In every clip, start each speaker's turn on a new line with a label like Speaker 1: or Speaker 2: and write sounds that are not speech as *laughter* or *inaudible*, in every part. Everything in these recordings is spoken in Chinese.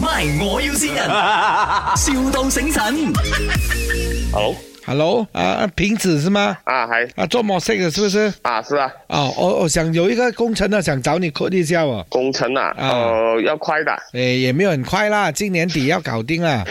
Speaker 1: ，My 我要先人，,笑到醒神。
Speaker 2: Hello，
Speaker 3: Hello，啊，瓶子是吗？
Speaker 2: 啊，还
Speaker 3: 啊，做模式的是不是？
Speaker 2: 啊是啊，
Speaker 3: 哦，我我想有一个工程呢，啊想找你 code 一下哦。
Speaker 2: 工程啊，
Speaker 3: 啊
Speaker 2: 呃，要快的，
Speaker 3: 诶，也没有很快啦，今年底要搞定啦。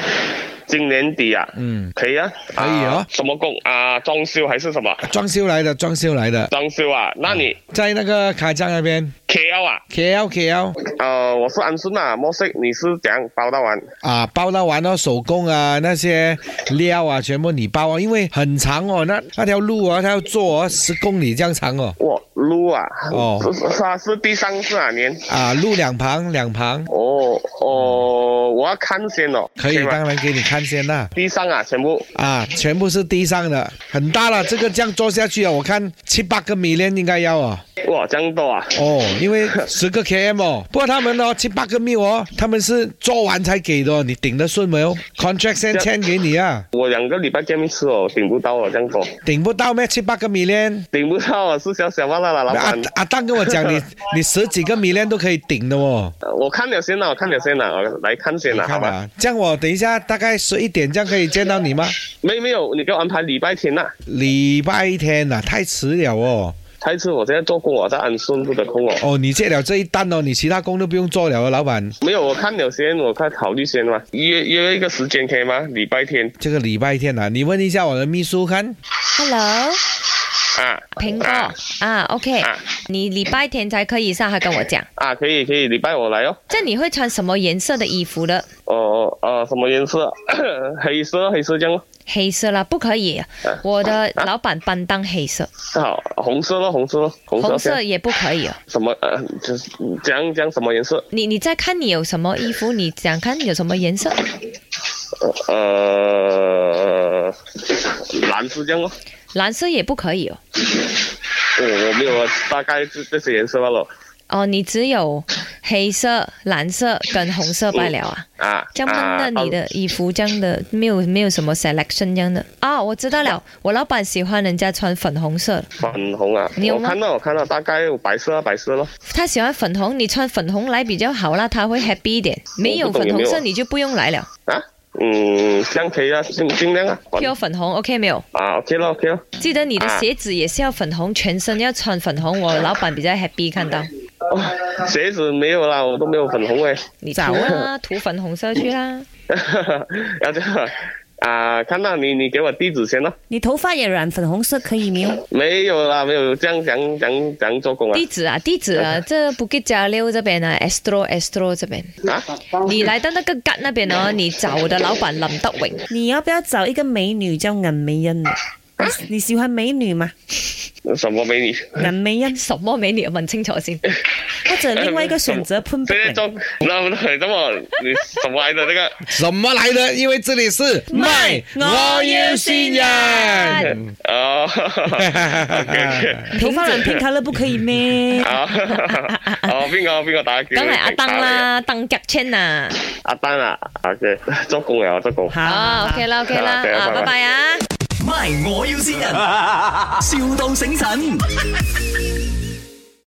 Speaker 2: 今年底啊，
Speaker 3: 嗯，
Speaker 2: 可以啊，
Speaker 3: 可以哦
Speaker 2: 啊什么工啊？装修还是什么？
Speaker 3: 装修来的，装修来的，
Speaker 2: 装修啊？
Speaker 3: 嗯
Speaker 2: 那你
Speaker 3: 在那个卡江那边
Speaker 2: KL 啊？
Speaker 3: ，KL KL
Speaker 2: 呃，我是安顺啊，莫西，你是怎样包到完？
Speaker 3: 啊，包到完哦，手工啊，那些料啊，全部你包哦，因为很长哦，那那条路啊，它要做哦，十公里这样长哦，
Speaker 2: 哇，路啊，
Speaker 3: 哦
Speaker 2: 是是啊，是第三次啊年。
Speaker 3: 啊，路两旁两旁，
Speaker 2: 哦哦，我要看先哦，
Speaker 3: 嗯可以，
Speaker 2: 吗
Speaker 3: 当然给你看先啦。
Speaker 2: 地上啊，全部
Speaker 3: 啊，全部是地上的，很大了。这个这样做下去啊，我看七八个米链应该要哦。
Speaker 2: 哇，这样多啊！
Speaker 3: 哦，因为十
Speaker 2: *laughs*
Speaker 3: 个 km 哦，不过他们哦七八个米哦，他们是做完才给的、哦，你顶得顺没有？contract 先签给你啊，
Speaker 2: 我两个礼拜见面吃哦，顶不到哦，这样多，
Speaker 3: 顶不到咩？七八个米链。
Speaker 2: 顶不到啊，是小小忘了啦，老
Speaker 3: 阿
Speaker 2: 板。
Speaker 3: 阿蛋跟我
Speaker 2: *laughs*
Speaker 3: 讲，你你十几个米链都可以顶的哦。
Speaker 2: 呃我看了先啦，我看了先啦，我来看先
Speaker 3: 你
Speaker 2: 啦，好
Speaker 3: 看
Speaker 2: 吧？
Speaker 3: 啊，这样我等一下大概十一点这样可以见到你吗？
Speaker 2: 没没有，你给我安排礼拜天啦。
Speaker 3: 礼拜天呐、啊，太迟了哦。
Speaker 2: 太迟，我现在做工，我在安顺不得空哦。
Speaker 3: 哦，你借了这一单哦，你其他工都不用做了哦，老板。
Speaker 2: 没有，我看了先，我快考虑先嘛。约约一个时间可以吗？礼拜天
Speaker 3: 这个礼拜天啊，你问一下我的秘书看。
Speaker 4: Hello，
Speaker 2: 啊。
Speaker 4: 苹果
Speaker 2: 啊
Speaker 4: 啊，OK，
Speaker 2: 啊
Speaker 4: 你礼拜天才可以上，还跟我讲，
Speaker 2: 啊，可以可以，礼拜我来哦。
Speaker 4: 这样你会穿什么颜色的衣服呢？
Speaker 2: 哦哦呃，什么颜色？ *coughs* 黑色黑色这样咯。
Speaker 4: 黑色啦，不可以，啊
Speaker 2: 啊
Speaker 4: 我的老板班当黑色，
Speaker 2: 好，红色咯，红色咯，红色
Speaker 4: 红
Speaker 2: 这样
Speaker 4: 色也不可以哦。
Speaker 2: 什么呃，就是讲讲什么颜色？
Speaker 4: 你你再看你有什么衣服，你想看有什么颜色？
Speaker 2: 呃，蓝是这样咯。
Speaker 4: 蓝色也不可以哦。
Speaker 2: 我我没有，啊大概这这些颜色罢了。
Speaker 4: 哦，你只有黑色、蓝色跟红色罢了啊。
Speaker 2: 啊，
Speaker 4: 这样闷的你
Speaker 2: 啊
Speaker 4: 的衣服，这样的没有没有什么 selection 这样的啊，我知道了，我老板喜欢人家穿粉红色的，
Speaker 2: 粉红啊，
Speaker 4: 你有
Speaker 2: 我
Speaker 4: 吗
Speaker 2: 看到我看到，大概有白色啊白色咯。
Speaker 4: 他喜欢粉红，你穿粉红来比较好啦，他会 happy 一点。没有粉红色你就不用来了，
Speaker 2: 啊，嗯，这样可以啊，尽尽量啊。粉
Speaker 4: 挑粉红 OK 没有？
Speaker 2: 啊，OK 咯 OK 咯，
Speaker 4: 记得你的鞋子也是要粉红，全身要穿粉红，我老板比较 happy 看到。
Speaker 2: 哦鞋子没有啦，我都没有粉红诶。 *laughs*
Speaker 4: 你涂啦，涂粉红色去啦。
Speaker 2: 要这样啊啊，看到你你给我地址先咯。
Speaker 5: 你头发也染粉红色可以没有？
Speaker 2: 没有啦，没有这样讲讲讲做工啊
Speaker 4: 地址啊，地址啊，这不给加六这边啊，Astro Astro 这边，
Speaker 2: 啊，
Speaker 4: 你来到那个 g 那边呢，你找我的老板林德荣。
Speaker 5: 你要不要找一个美女叫银美欣啊？你你喜欢美女吗？
Speaker 2: 什么美女？
Speaker 5: 银美欣，
Speaker 4: 什么美女？问清楚先。
Speaker 5: 或者另外一个选择潘碧
Speaker 2: 现在
Speaker 5: 玲。
Speaker 2: 做那不对，这么你什么来的那个？
Speaker 3: 什么来的？因为这里是卖，我要新人。
Speaker 4: *laughs*
Speaker 2: 哦 *laughs* ，OK，
Speaker 5: 头发染 pink color 不可以咩？
Speaker 2: 好， *laughs* 哦，邊個邊個打叫？
Speaker 4: 梗係阿登，啦，鄧格清啊。
Speaker 2: 阿丹啊，OK，足夠嘅，我足夠。
Speaker 4: 哦，OK 啦，OK 啦，
Speaker 2: 好拜拜
Speaker 4: 啊，拜拜啊。
Speaker 1: My 我要先人，,笑到醒神。